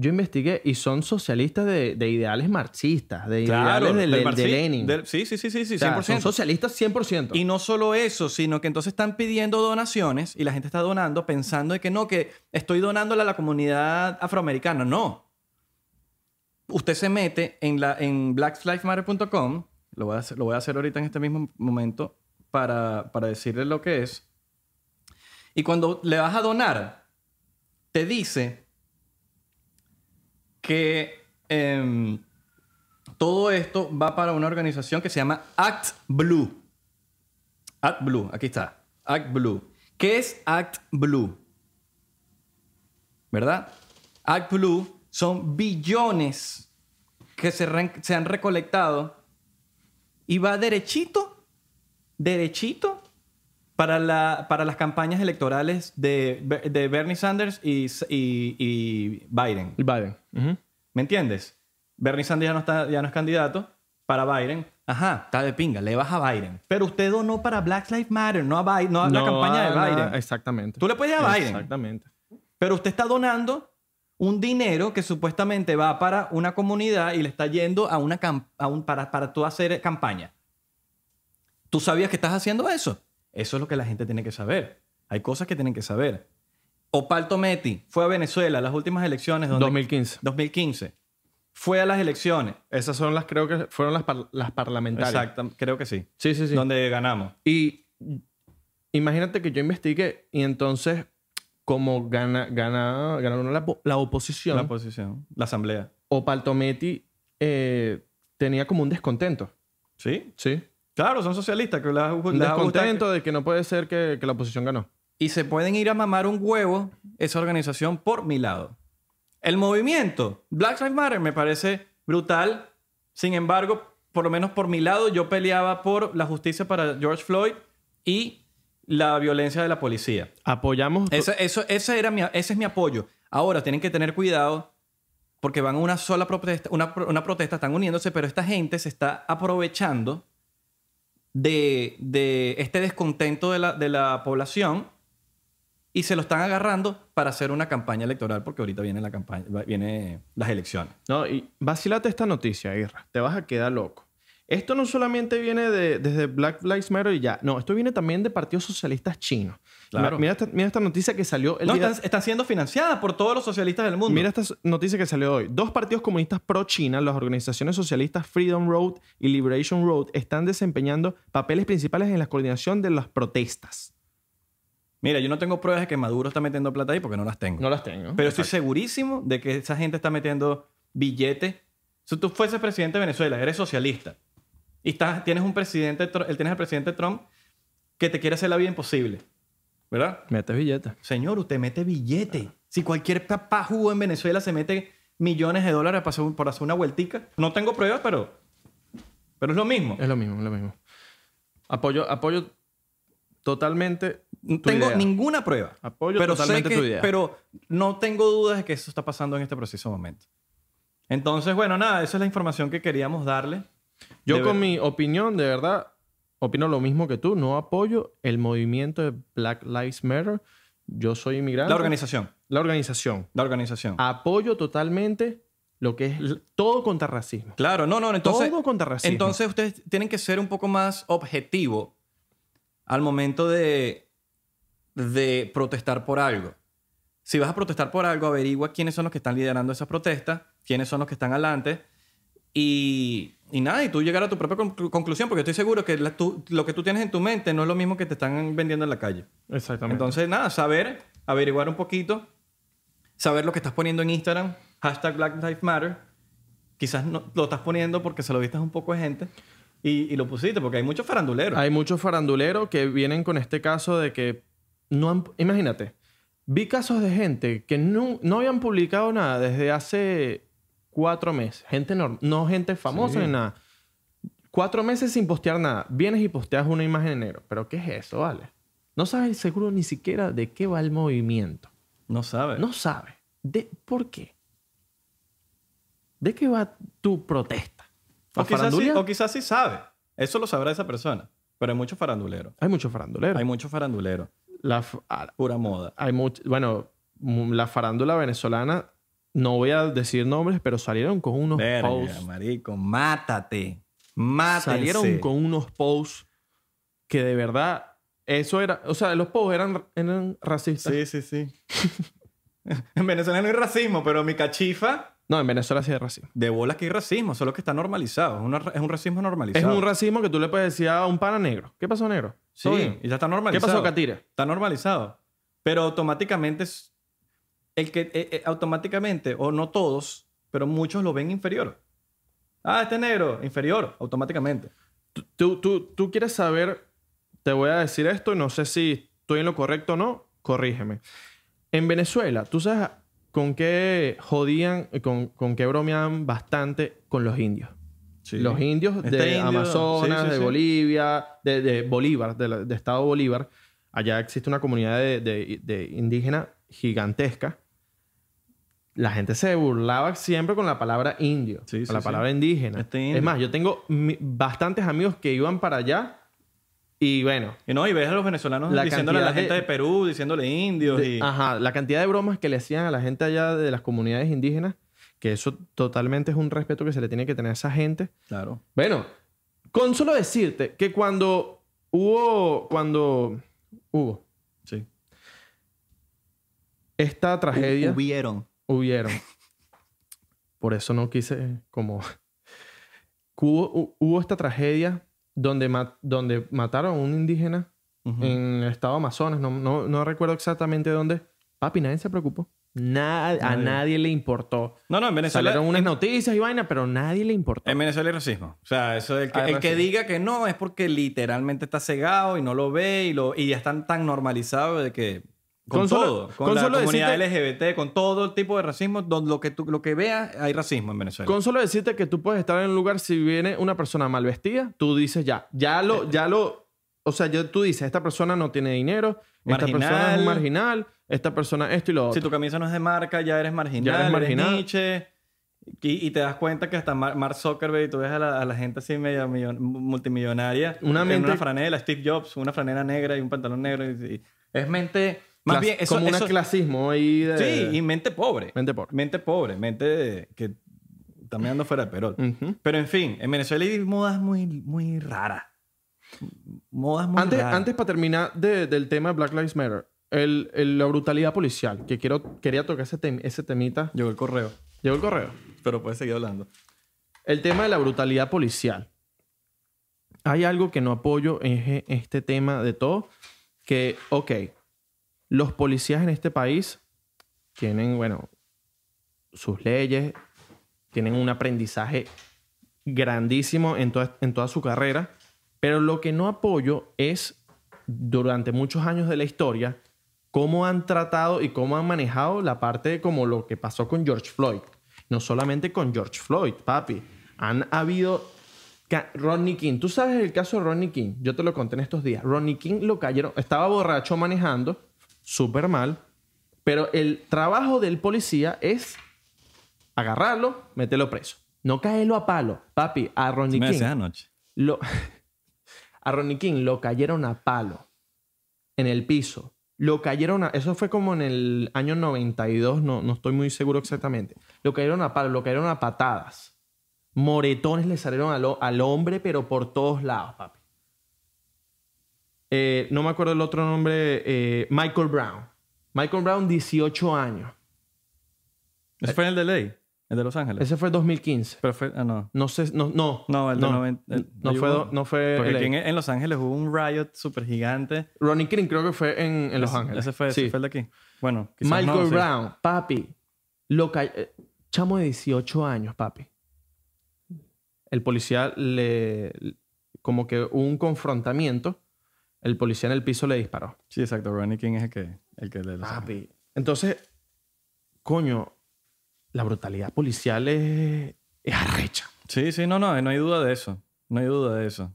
Yo investigué y son socialistas de, de ideales marxistas, de ideales del-
del
del- de,
marxi-
Lenin.
del- sí, sí, sí, sí, sí,
O sea,
100%.
son socialistas 100%.
Y no solo eso, sino que entonces están pidiendo donaciones y la gente está donando pensando de que no, que estoy donándole a la comunidad afroamericana. No. Usted se mete en, la, en blacklifesmatter.com, lo, voy a hacer- lo voy a hacer ahorita en este mismo momento para, para decirle lo que es. Y cuando le vas a donar, te dice que em, todo esto va para una organización que se llama Act Blue. Act Blue, aquí está. Act Blue. ¿Qué es Act Blue? ¿Verdad? Act Blue son billones que se, ren- se han recolectado y va derechito, derechito Para, la, para las campañas electorales de, Be- de Bernie Sanders y, S- y- y Biden.
Biden. Ujú.
¿Me entiendes? Bernie Sanders ya no, está, ya no es candidato para Biden. Ajá, está de pinga, le vas a Biden. Pero usted donó para Black Lives Matter, no a, Biden, no a la
No
campaña
a
de
nada-
Biden.
Exactamente.
Tú le puedes ir a Biden.
Exactamente.
Pero usted está donando un dinero que supuestamente va para una comunidad y le está yendo a una cam- a un- para, para tú hacer campaña. ¿Tú sabías que estás haciendo eso? Eso es lo que la gente tiene que saber. Hay cosas que tienen que saber. Opal Tometi fue a Venezuela las últimas elecciones. Donde,
2015.
2015. Fue a las elecciones.
Esas son las, creo que fueron las, par- las parlamentarias.
Exacto, creo que sí.
Sí, sí, sí.
Donde ganamos.
Y imagínate que yo investigué y entonces, como gana, gana, ganaron la, po- la oposición,
La posición. La asamblea.
Opaltometi eh, tenía como un descontento.
Sí.
Sí.
Claro, son socialistas. Que les
Un
les gusta que-
descontento de que no puede ser que, que la oposición ganó.
y se pueden ir a mamar un huevo esa organización por mi lado. El movimiento Black Lives Matter me parece brutal. Sin embargo, por lo menos por mi lado, yo peleaba por la justicia para George Floyd y la violencia de la policía.
Apoyamos.
Ese, eso, ese, era mi, ese es mi apoyo. Ahora tienen que tener cuidado porque van a una sola protesta, una, pro- una protesta, están uniéndose, pero esta gente se está aprovechando de, de este descontento de la, de la población y se lo están agarrando para hacer una campaña electoral porque ahorita viene la campaña, va- viene las elecciones.
No, y vacílate esta noticia, Irra. Te vas a quedar loco. Esto no solamente viene de, desde Black Lives Matter y ya. No, esto viene también de partidos socialistas chinos.
Claro.
Mira, mira esta, mira esta noticia que salió el
No,
día...
están, están siendo financiadas por todos los socialistas del mundo.
Mira esta so- noticia que salió hoy. Dos partidos comunistas pro-China, las organizaciones socialistas Freedom Road y Liberation Road, están desempeñando papeles principales en la coordinación de las protestas.
Mira, yo no tengo pruebas de que Maduro está metiendo plata ahí porque no las tengo.
No las tengo.
Pero estoy segurísimo de que esa gente está metiendo billetes. Si tú fueses presidente de Venezuela, eres socialista. Y estás, tienes un presidente, Tr- tienes al presidente Trump que te quiere hacer la vida imposible. ¿Verdad?
Metes billetes.
Señor, usted mete billete. Si cualquier papá jugo en Venezuela se mete millones de dólares para hacer un- por hacer una vueltica. No tengo pruebas, pero, pero es lo mismo.
Es lo mismo, es lo mismo. Apoyo, apoyo totalmente
No
tu
tengo
idea.
ninguna prueba.
Apoyo
pero sé
totalmente
que-
tu idea.
Pero no tengo dudas de que eso está pasando en este preciso momento. Entonces, bueno, nada, esa es la información que queríamos darle.
Yo
De
con
ver-
mi opinión, de verdad, opino lo mismo que tú. No apoyo el movimiento de Black Lives Matter. Yo soy inmigrante.
La organización.
La organización.
La organización.
Ah. Apoyo totalmente lo que es l- todo contra racismo.
Claro, no, no, entonces.
todo contra racismo.
Entonces ustedes tienen que ser un poco más objetivo al momento de, de protestar por algo. Si vas a protestar por algo, averigua quiénes son los que están liderando esas protestas, quiénes son los que están adelante y, y nada, y tú llegar a tu propia conclu- conclusión, porque estoy seguro que la- tú- lo que tú tienes en tu mente no es lo mismo que te están vendiendo en la calle.
Exactamente.
Entonces, nada, saber, averiguar un poquito, saber lo que estás poniendo en Instagram, hashtag Black Lives Matter. Quizás no, lo estás poniendo porque se lo viste a un poco de gente y, y lo pusiste, porque hay muchos faranduleros.
Hay muchos faranduleros que vienen con este caso de que no han... Imagínate, vi casos de gente que no, no habían publicado nada desde hace cuatro meses. Gente norm- no gente famosa ni nada. Cuatro meses sin postear nada. Vienes y posteas una imagen en negro. ¿Pero qué es eso, vale? No sabes seguro ni siquiera de qué va el movimiento.
No sabes.
No sabes. De, ¿Por qué? ¿De qué va tu protesta? ¿A
o, quizás sí,
farandulear?
o quizás sí sabe. Eso lo sabrá esa persona. Pero hay muchos faranduleros.
Hay muchos faranduleros.
Hay muchos faranduleros.
La f- a-
Pura moda.
hay much- bueno, mu- la farándula venezolana, no voy a decir nombres, pero salieron con unos
Verga,
posts.
marico. Mátate. Mátense.
Salieron con unos posts que de verdad, eso era, o sea, los posts eran, eran racistas.
Sí, sí,
[laughs]
sí. en Venezuela no hay racismo, pero mi cachifa...
No, en Venezuela sí es racismo.
De bolas que hay racismo, solo que está normalizado. Es, una- es un racismo
Es
normalizado.
un racismo que tú le puedes decir a un pana negro. ¿Qué pasó, negro?
Sí,
¿Todo bien?
y ya está
¿Qué
normalizado.
pasó, Catira?
Está normalizado. Pero automáticamente es. El que eh, eh, automáticamente, o no todos, pero muchos lo ven inferior. Ah, este negro, inferior, automáticamente.
Tú, tú, tú quieres saber, te voy a decir esto y no sé si estoy en lo correcto o no, corrígeme. En Venezuela, ¿tú sabes con qué jodían, con, con qué bromean bastante con los indios? Los indios
Este
de
indio-
Amazonas,
sí, sí,
de
sí.
Bolivia, de, de Bolívar, de, la- de Estado Bolívar, Allá existe una comunidad de, de- de indígenas gigantesca. La gente se burlaba siempre con la palabra indio,
Sí,
con
sí,
la
sí.
palabra indígena.
Este indio.
Es más, yo tengo mi- bastantes amigos que iban para allá y bueno,
Y no, y ves a los venezolanos
La
diciéndole a la
cantidad de-
gente de Perú, diciéndole indios.
de- ah.
y...
Ajá, la cantidad de bromas que le hacían a la gente allá de las comunidades indígenas, que eso totalmente es un respeto que se le tiene que tener a esa gente.
Claro.
Bueno, con solo decirte que cuando hubo, cuando hubo
Sí.
esta tragedia,
Hubieron.
hubieron. Por eso no quise como... [laughs] Hubo, hu- hubo esta tragedia donde, ma- donde mataron a un indígena
Ujú.
en el estado Amazonas, no, no, no recuerdo exactamente dónde. Papi, nadie se preocupó. Na- a
Nadie.
nadie le importó.
No, no, en Venezuela.
Salieron unas noticias y vaina, pero nadie le importó.
En Venezuela hay racismo. O sea, eso del que,
Hay
el que
racismo.
diga que no es porque literalmente está cegado y no lo ve y, lo, y ya están tan normalizados de que. Con,
Con solo-
todo. Con,
con
la
solo
comunidad LGBT, con todo el tipo de racismo. Donde lo que, tú, lo que veas, hay racismo en Venezuela.
Con solo decirte que tú puedes estar en un lugar si viene una persona mal vestida, tú dices ya, ya
Eh,
lo, ya lo, o sea, yo, tú dices, esta persona no tiene dinero,
Marginal.
esta persona es un marginal, esta persona esto y lo otro.
Si tu camisa no es de marca, ya eres marginal,
Ya
eres,
eres marginal.
Nietzsche. Y, y te das cuenta que hasta Mar- Mark Zuckerberg y tú ves a la, a la gente así media millon- multimillonaria
Una
en
mente-
una franela, Steve Jobs, una franela negra y un pantalón negro. y- y- es mente... Más
Clas-
bien, eso,
como
eso-
un clasismo ahí de...
Sí, y mente pobre.
Mente pobre.
Mente pobre, mente de- que también ando fuera de perol.
Ujú.
Pero en fin, en Venezuela hay modas muy, muy raras. Modas muy
Antes,
raras.
antes para terminar de- del tema de Black Lives Matter, el, el- la brutalidad policial, que quiero, quería tocar ese, tem- ese temita.
Llegó el correo,
Llegó el correo.
pero puedes seguir hablando.
El tema de la brutalidad policial. Hay algo que no apoyo en je- este tema de todo, que, ok, los policías en este país tienen, bueno, sus leyes, tienen un aprendizaje grandísimo en toda, en toda su carrera, pero lo que no apoyo es, durante muchos años de la historia, cómo han tratado y cómo han manejado la parte de como lo que pasó con George Floyd. No solamente con George Floyd, papi. Han habido... ca- Rodney King, tú sabes el caso de Rodney King, yo te lo conté en estos días. Rodney King lo cayeron, estaba borracho manejando, súper mal, pero el trabajo del policía es agarrarlo, meterlo preso. No caerlo a palo, papi, a Rodney
Me
King.
decías anoche.
Lo, [laughs] a Ronnie King lo cayeron a palo en el piso. Lo cayeron a, Eso fue como en el año 92, no, no estoy muy seguro exactamente. Lo cayeron a palo, lo cayeron a patadas. Moretones le salieron al, ho- al hombre, pero por todos lados, papi. Eh, no me acuerdo el otro nombre. eh, Michael Brown. Michael Brown, 18 años. Eh,
¿Ese fue el de ley? ¿El de Los Ángeles?
Ese fue 2015.
Pero fue... Ah, no.
No sé, no, no.
No, el de
no,
90. el-
no
hay
fue,
uno-
do- no fue
Porque
LA.
aquí en, en Los Ángeles hubo un riot súper gigante.
Ronnie King creo que fue en, en Los Ángeles.
Ese fue, ese
Sí.
fue el de aquí. Bueno, quizás
Michael
no, sí.
Brown, papi. Lo ca- eh, Chamo de 18 años, papi. El policía le... Como que hubo un confrontamiento. El policía en el piso le disparó.
Sí, exacto. Ronnie King es el que... El que de Los Ángeles.
Papi. Entonces, coño, la brutalidad policial es, es arrecha.
Sí, sí. No, no. No hay duda de eso. No hay duda de eso.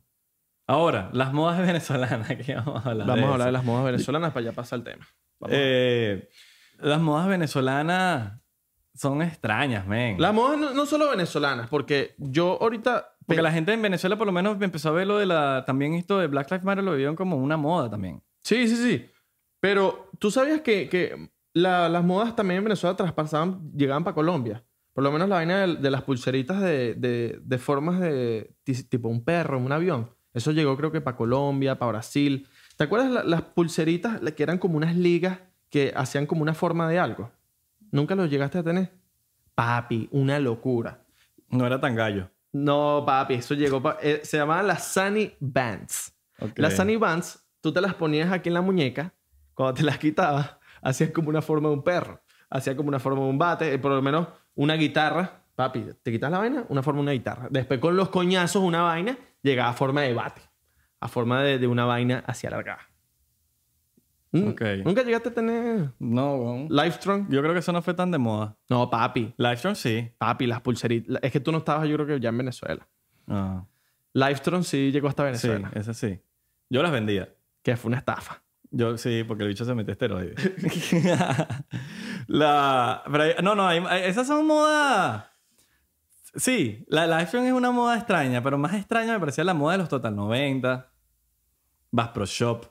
Ahora, las modas venezolanas. [laughs] Que vamos a hablar
Vamos
de
a hablar de
eso.
las modas venezolanas para allá pasa el tema. Vamos.
Eh, las modas venezolanas son extrañas, men.
las modas no, no solo venezolanas, porque yo ahorita...
Porque la gente en Venezuela por lo menos empezó a ver lo de la... También esto de Black Lives Matter lo vieron como una moda también.
Sí, sí, sí. Pero tú sabías que, que la- las modas también en Venezuela traspasaban, llegaban para Colombia. Por lo menos la vaina de, de las pulseritas de, de- de formas de ti- tipo un perro, un avión. Eso llegó creo que para Colombia, para Brasil. ¿Te acuerdas la- las pulseritas la- que eran como unas ligas que hacían como una forma de algo? ¿Nunca lo llegaste a tener? Papi, una locura.
No era tan gallo.
No, papi, eso llegó pa- eh, se llamaban las Sunny Bands.
Ok.
Las Sunny Bands, tú te las ponías aquí en la muñeca, cuando te las quitabas, hacías como una forma de un perro, hacías como una forma de un bate, eh, por lo menos una guitarra. Papi, te quitas la vaina, una forma de una guitarra. Después con los coñazos, una vaina, llegaba a forma de bate, a forma de, de una vaina hacia alargada. Mm,
Ok.
¿Nunca llegaste a tener
No, weón.
Lifetron?
Yo creo que eso no fue tan de moda.
No, papi,
Lifetron sí.
papi, las pulseritas. Es que tú no estabas, yo creo que ya en Venezuela.
Ah,
Lifetron sí llegó hasta
sí,
Venezuela,
ese sí. Yo las vendía.
que fue una estafa.
Yo sí, porque el bicho se mete esteroides. la, pero hay- no, no, hay- hay- esas son modas. Sí, la live action es una moda extraña, pero más extraña me parecía la moda de los Total 90, Bass Pro Shop,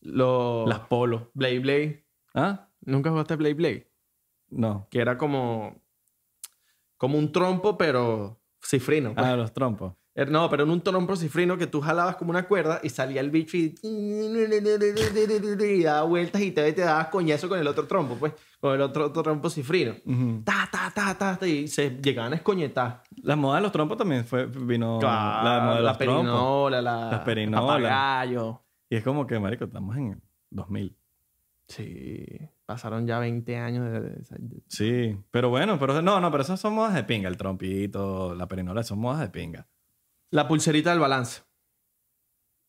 Los
las Polo.
Blade Blade.
¿Ah?
¿Nunca jugaste Blade Blade?
No.
Que era como. Como un trompo, pero cifrino. pues.
Ah, los trompos.
Er- No, pero en un trompo cifrino que tú jalabas como una cuerda y salía el bicho y. y daba vueltas y te, te dabas coñazo con el otro trompo, pues. Con el otro, otro trompo cifrino.
Ujú.
Ta, ta, ta, ta, ta, Y se llegaban a escoñetar.
La moda de los trompos también fue, vino.
Claro,
la moda
la,
de los trompos.
perinola, la,
Las perinolas.
papagayo.
Y es como que, marico, estamos en 2000.
Sí, pasaron ya 20 años de, de- de-
Sí, pero bueno, pero no, no, pero esas son modas de pinga. El trompito, la perinola, son modas de pinga.
La pulserita del balance.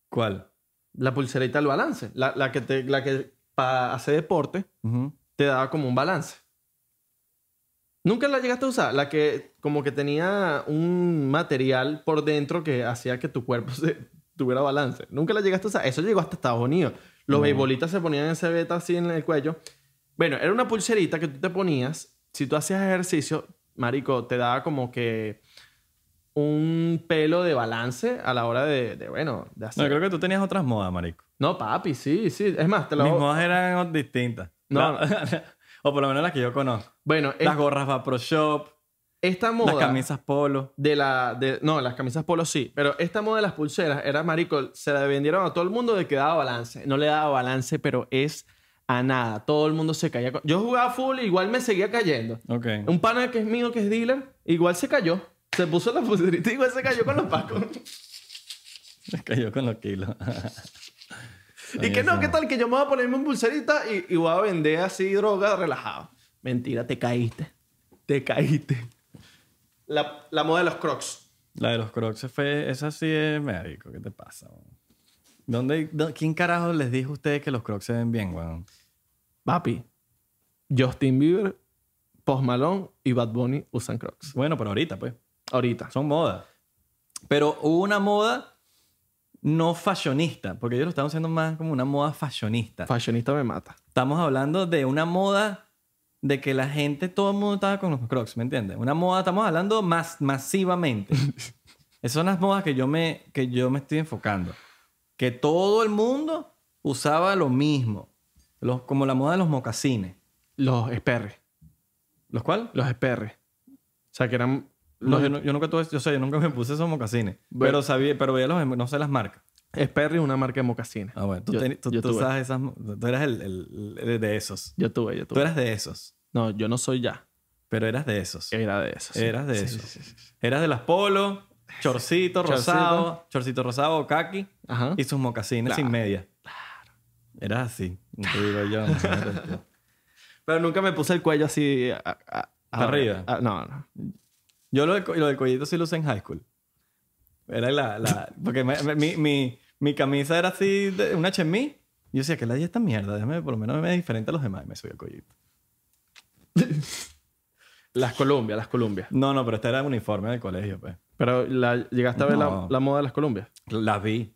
¿Cuál?
La pulserita del balance. La, la que, te, la que para hacer deporte
Ujú.
te daba como un balance. Nunca la llegaste a usar. La que como que tenía un material por dentro que hacía que tu cuerpo [laughs] se- tuviera balance. Nunca la llegaste a usar. Eso llegó hasta Estados Unidos. Los
No.
beisbolistas se ponían ese beta así en el cuello. Bueno, era una pulserita que tú te ponías. Si tú hacías ejercicio, marico, te daba como que un pelo de balance a la hora de, de, bueno, de hacer...
No,
No,
creo que tú tenías otras modas, marico.
papi, sí, sí. Es más, te lo...
Mis modas eran distintas.
No,
La- [laughs] o por lo menos las que yo conozco.
Bueno, es-
Las gorras va pro shop,
esta moda...
las camisas polo.
De la. De, no, las camisas polo sí. Pero esta moda de las pulseras era marico. Se la vendieron a todo el mundo de que daba balance. No le daba balance, pero es a nada. Todo el mundo se caía. con- Yo jugaba full, igual me seguía cayendo.
Ok. [laughs]
Un pana que es mío, que es dealer, igual se cayó. Se puso la pulserita, igual se cayó con los pacos.
Me cayó con los kilos. [laughs]
y que no, ¿qué tal? Que yo me voy a ponerme un pulserita y, y voy a vender así droga relajado. Mentira, te caíste. Te caíste. La, la moda de los crocs.
La de los crocs fue... Esa sí es médico. ¿Qué te pasa, weón? ¿Dónde, dó- ¿Quién carajo les dijo a ustedes que los crocs se ven bien, weón?
Papi, Justin Bieber, Post Malone y Bad Bunny usan Crocs.
Bueno, pero ahorita, pues.
Ahorita.
Son modas. Pero hubo una moda no fashionista, porque ellos lo estaban haciendo más como una moda fashionista.
Fashionista me mata.
Estamos hablando de una moda de que la gente, todo el mundo estaba con los crocs, ¿me entiendes? Una moda, estamos hablando más,
[laughs]
masivamente. Esas son las modas que yo, me, que yo me estoy enfocando. Que todo el mundo usaba lo mismo. Los, como la moda de los mocasines.
Los Sperry.
¿Los cuales?
Los Sperry. O sea, que eran...
No,
Los
yo, no- yo nunca tuve, yo sé, yo nunca me puse esos mocasines.
Bueno.
Pero sabía, pero veía los, no sé las marcas.
Sperry es una marca de mocasines.
Ah, bueno, tú,
Yo-
teni- tú-
yo
tú
tuve.
usabas esas, mo- tú eras el, el- el de esos.
Yo tuve, yo tuve.
Tú eras de esos,
No, yo no soy ya.
pero eras de esos.
Era de esos.
Eras de
Sí,
esos.
sí, sí, sí.
Eras de las polo, chorcito rosado, chorcito rosado o kaki
Ajá.
y sus mocasines
Claro.
sin media. Claro. Eras
[laughs]
así. No te digo yo. no eres tú.
Pero nunca me puse el cuello así... a- a- a-
arriba?
a- no, no.
Yo lo del, co- lo del collito sí lo usé en high school. Era la... la- porque me- me- mi, mi- mi camisa era así, de- una chemise. Yo decía, que la di esta mierda, déjame por lo menos me diferente a los demás. Y me subí el collito.
Las Columbia, las Columbia.
No, no, pero este era uniforme del colegio, pues.
Pero la, llegaste a ver la,
No.
la moda de las Columbia.
Las vi.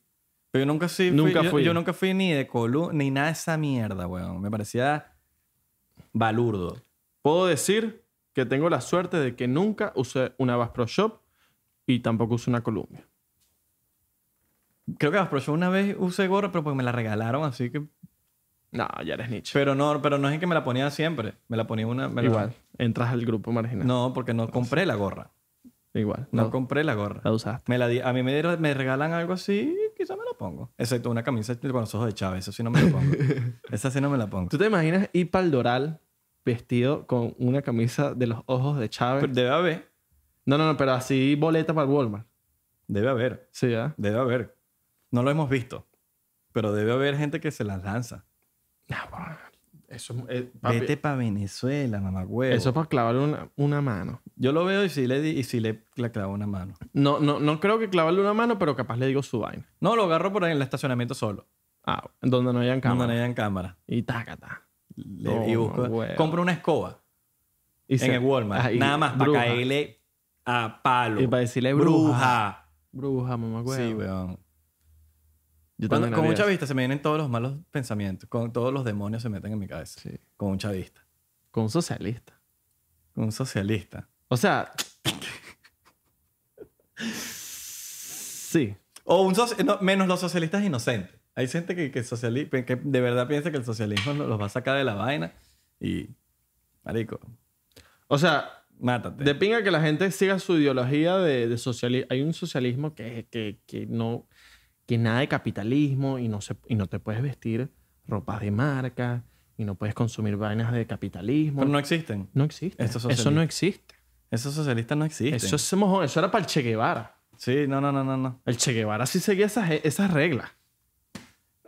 Pero yo nunca sí fui,
Nunca
yo,
fui.
yo nunca fui ni de Colu, ni nada de esa mierda, weón. Me parecía balurdo.
Puedo decir que tengo la suerte de que nunca usé una Bass Pro Shop y tampoco usé una Columbia.
Creo que pero yo una vez usé gorra, pero pues me la regalaron, así que.
No, ya eres nicho.
Pero no, pero no es que me la ponía siempre. Me la ponía una. me la-
Igual. Entras al grupo marginal.
No, porque no compré la gorra.
Igual.
No,
No,
compré la gorra.
la usaste.
Me la di- a mí me, dieron- me regalan algo así, quizá me la pongo. Excepto una camisa con los ojos de Chávez, eso sí no me la
[laughs]
pongo. Esa sí no me la pongo.
¿Tú te imaginas ir pa'l Doral vestido con una camisa de los ojos de Chávez?
Pero debe haber,
No, no, no, pero así boleta para el Walmart.
debe haber.
Sí, ¿ah? ¿verdad?
Debe haber. No lo hemos visto. Pero debe haber gente que se las lanza.
No, bueno, eso, es- eh, papi,
Vete para Venezuela, mamá
eso es para clavarle una, una mano.
Yo lo veo y sí le, di- y sí le, le clavo una mano.
No, no, no creo que clavarle una mano, pero capaz le digo su vaina.
No, lo agarro por ahí en el estacionamiento solo.
Ah, donde no hayan
Cuando no
cámara.
hayan cámara.
Y taca, taca.
Le-
Toma,
y busco.
huevo.
Compro una escoba
Y
en
se-
el Walmart.
Ahí,
Nada más para
bruja.
caerle a palo.
Y para decirle bruja.
bruja.
Bruja, mamá, güey.
Sí, weón.
Yo
Cuando-
también
con
haría
un
eso.
chavista se me vienen todos los malos pensamientos. Con todos los demonios se meten en mi cabeza.
Sí.
Con un chavista.
Con un socialista.
Con un socialista. [laughs]
O sea. sí.
O un soci- no, menos los socialistas inocentes. Hay gente que, que, sociali- que de verdad piensa que el socialismo lo- los va a sacar de la vaina y... Marico,
O sea,
mátate.
de pinga que la gente siga su ideología de, socialismo. Hay un socialismo que, que, que no. que nada de capitalismo y no, se, y no te puedes vestir ropas de marca y no puedes consumir vainas de capitalismo.
Pero no existen.
No existe.
Esto es
Eso no existe.
Esos socialistas no existen.
Eso, es mojón. Eso era para el Che Guevara.
Sí, no, no, no, no, no.
El Che Guevara sí seguía esas, esas reglas.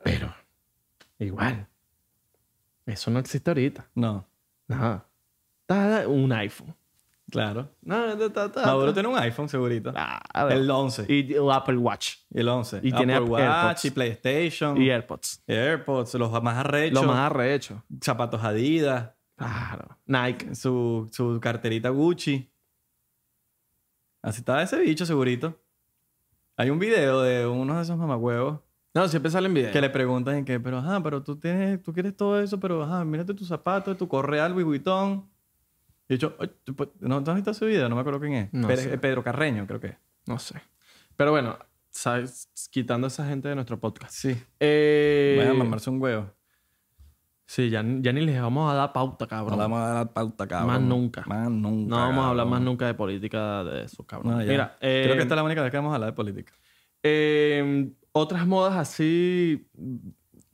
Pero, igual. Eso no existe ahorita.
No,
Nada. Está un iPhone.
claro.
No, ta, ta, ta,
Maduro
ta.
tiene un iPhone, segurito.
Claro.
El 11. Y,
Ah, Y el Apple Watch.
el 11.
y tiene
Apple Watch
AirPods.
y PlayStation.
Y AirPods.
AirPods, los más arrechos.
Lo más arrecho.
Zapatos Adidas.
Claro. Nike.
Su, su carterita Gucci. Así estaba ese bicho, segurito. Hay un video de uno de esos mamagüevos
No, siempre salen videos.
que le preguntan en qué, pero ajá, pero tú tienes, tú quieres todo eso, pero ajá, mírate tus zapatos, tu correa, Louis Vuitton. Y yo, "Ay, tú, pues, ¿no ¿tú has visto ese video? No me acuerdo quién es.
No
Pérez-
sé.
eh, Pedro Carreño, creo que es.
No sé. Pero bueno, ¿sabes? quitando a esa gente de nuestro podcast.
Sí.
Eh,
Vayan a mamarse un huevo.
sí, ya, ya ni les vamos a dar pauta, cabrón.
No le vamos a dar la pauta, cabrón.
Más nunca.
Más nunca.
No vamos a hablar más
cabrón.
nunca de política de esos cabrones.
No, ya.
Mira, eh,
Creo que esta es la única vez que vamos a hablar de política.
eh, otras modas así,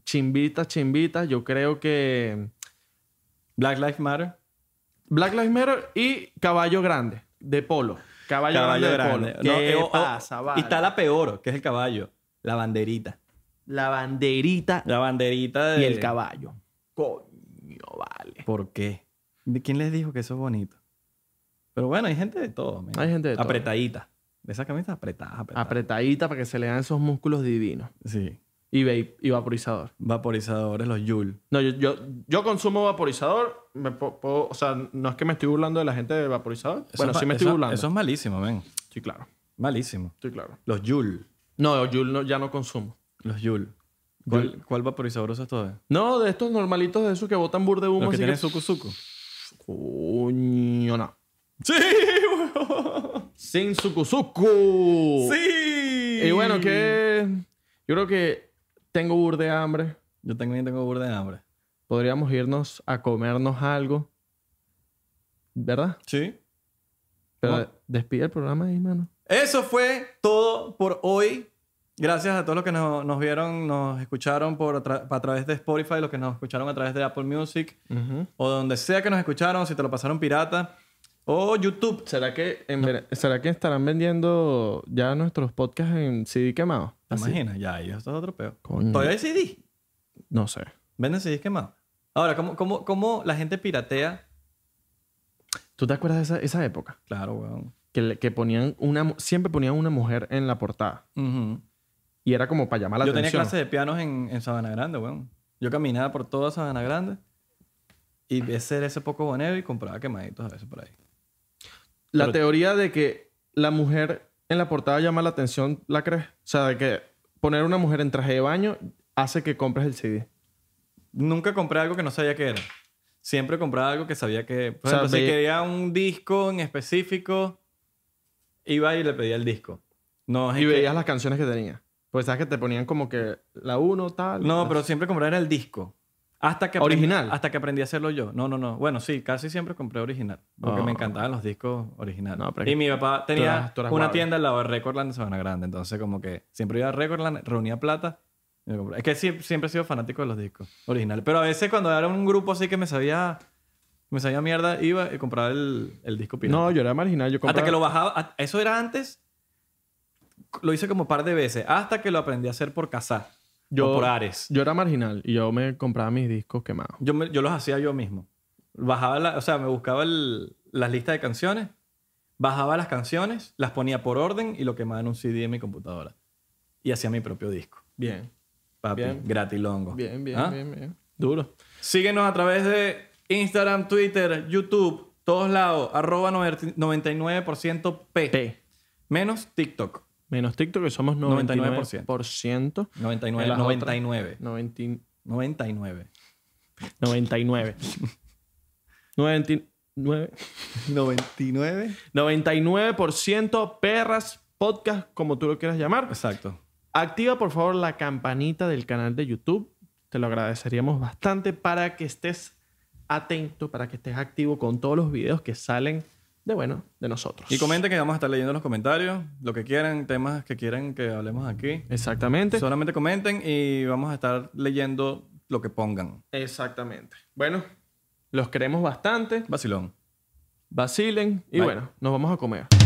chimbitas, chimbitas, yo creo que
Black Lives Matter.
Black Lives Matter y caballo grande de polo. Caballo,
Caballo
grande,
grande.
de polo.
No,
¿Qué
eh, oh, oh,
pasa, vale?
Y está la peor, que es el caballo. La banderita.
La banderita
La banderita de...
y el caballo. Eh, Coño, vale.
¿Por qué? ¿De quién les dijo que eso es bonito? Pero bueno, hay gente de todo. men.
Hay gente de todo.
Apretadita. De esas camisas apretadas, apretadas.
Apretadita para que se le dan esos músculos divinos.
sí.
Y, vape, y vaporizador.
Vaporizadores, los Yule.
No, yo, yo, yo consumo vaporizador. me po- puedo- o sea, no es que me estoy burlando de la gente de vaporizador.
Eso
bueno,
es ma-
sí me estoy
eso-
burlando.
Eso es malísimo, ven.
Estoy claro,
Malísimo.
estoy claro.
Los Yule.
No, yo no- ya no consumo.
Los Yule.
Yule.
¿Cuál, cuál vaporizador usas todavía?
No, de estos normalitos de esos que botan bur de humo.
Los que
así
tienen
que...
suku suku.
Coño, no.
¡Sí! [laughs]
Sin sucuzuku.
¡Sí!
Oh. Y bueno, que... Yo creo que tengo bur de hambre.
Yo tengo, yo tengo burda de hambre.
Podríamos irnos a comernos algo. ¿Verdad?
Sí.
Pero
No.
despide el programa ahí, mano.
Eso fue todo por hoy. Gracias a todos los que nos, nos vieron, nos escucharon por a, tra- a través de Spotify, los que nos escucharon a través de Apple Music o donde sea que nos escucharon, si te lo pasaron pirata o YouTube.
¿Será que, en Vene- ¿Será que estarán vendiendo ya nuestros podcasts en CD quemado?
¿Te
Así.
imaginas? Ya, y esto es otro peo.
Coño.
Todavía hay CD.
No sé.
Venden CDs quemados. Ahora, ¿cómo, cómo, ¿cómo la gente piratea?
¿Tú te acuerdas de esa, esa época?
Claro, weón.
Que, le- que ponían una... mu- Siempre ponían una mujer en la portada.
Ujú.
Y era como para llamar la
Yo tenía
atención.
clases de pianos en, en Sabana Grande, weón. Yo caminaba por toda Sabana Grande y ese era ese poco bonero y compraba quemaditos a veces por ahí.
La
Pero-
teoría de que la mujer en la portada llama la atención, ¿la crees? O sea, de que poner una mujer en traje de baño hace que compres el CD.
Nunca compré algo que no sabía que era. Siempre compraba algo que sabía que... Por
O sea,
ejemplo, si
veía-
quería un disco en específico, iba y le pedía el disco. No, es
Y
que-
veías las canciones que tenía. Pues sabes que te ponían como que la uno, tal.
No,
tal.
pero siempre compraba era el disco. Hasta que aprendí-
¿Original?
hasta que aprendí a hacerlo yo. No, no, no. Bueno, sí, casi siempre compré original. Porque
Oh.
me encantaban los discos originales.
No, pero-
y mi papá tenía
eras- tú eras
una
guapo.
tienda al lado de Recordland de Sabana Grande. Entonces, como que siempre iba a Recordland, reunía plata. y me compraba. Es que siempre, siempre he sido fanático de los discos originales. Pero a veces cuando era un grupo así que me sabía, me sabía mierda, iba y compraba el, el disco pirata.
No, yo era marginal. Yo compraba...
Hasta que lo bajaba. a- Eso era antes. Lo hice como par de veces. Hasta que lo aprendí a hacer por casar.
Yo-
o por Ares.
Yo era marginal y yo me compraba mis discos quemados.
Yo, me- yo los hacía yo mismo. Bajaba, la- o sea, me buscaba el- las listas de canciones, bajaba las canciones, las ponía por orden y lo quemaba en un CD en mi computadora. Y hacía mi propio disco.
Bien,
Papi,
Bien.
gratilongo.
bien, bien,
¿Ah?
bien, bien. Duro.
Síguenos a través de Instagram, Twitter, YouTube, todos lados, arroba 90- 99% P.
P.
Menos TikTok.
Menos TikTok, que somos 99%.
99%.
99%.
99.
En las
99.
90 [laughs]
99.
99. 99.
99.
99% perras podcast, como tú lo quieras llamar.
Exacto.
Activa por favor la campanita del canal de YouTube. Te lo agradeceríamos bastante para que estés atento, para que estés activo con todos los videos que salen de bueno, de nosotros.
Y comenten que vamos a estar leyendo los comentarios, lo que quieran, temas que quieran que hablemos aquí.
Exactamente.
Solamente comenten y vamos a estar leyendo lo que pongan.
Exactamente. Bueno, los queremos bastante.
Vacilón.
Vacilen y
Bye.
bueno, nos vamos a comer.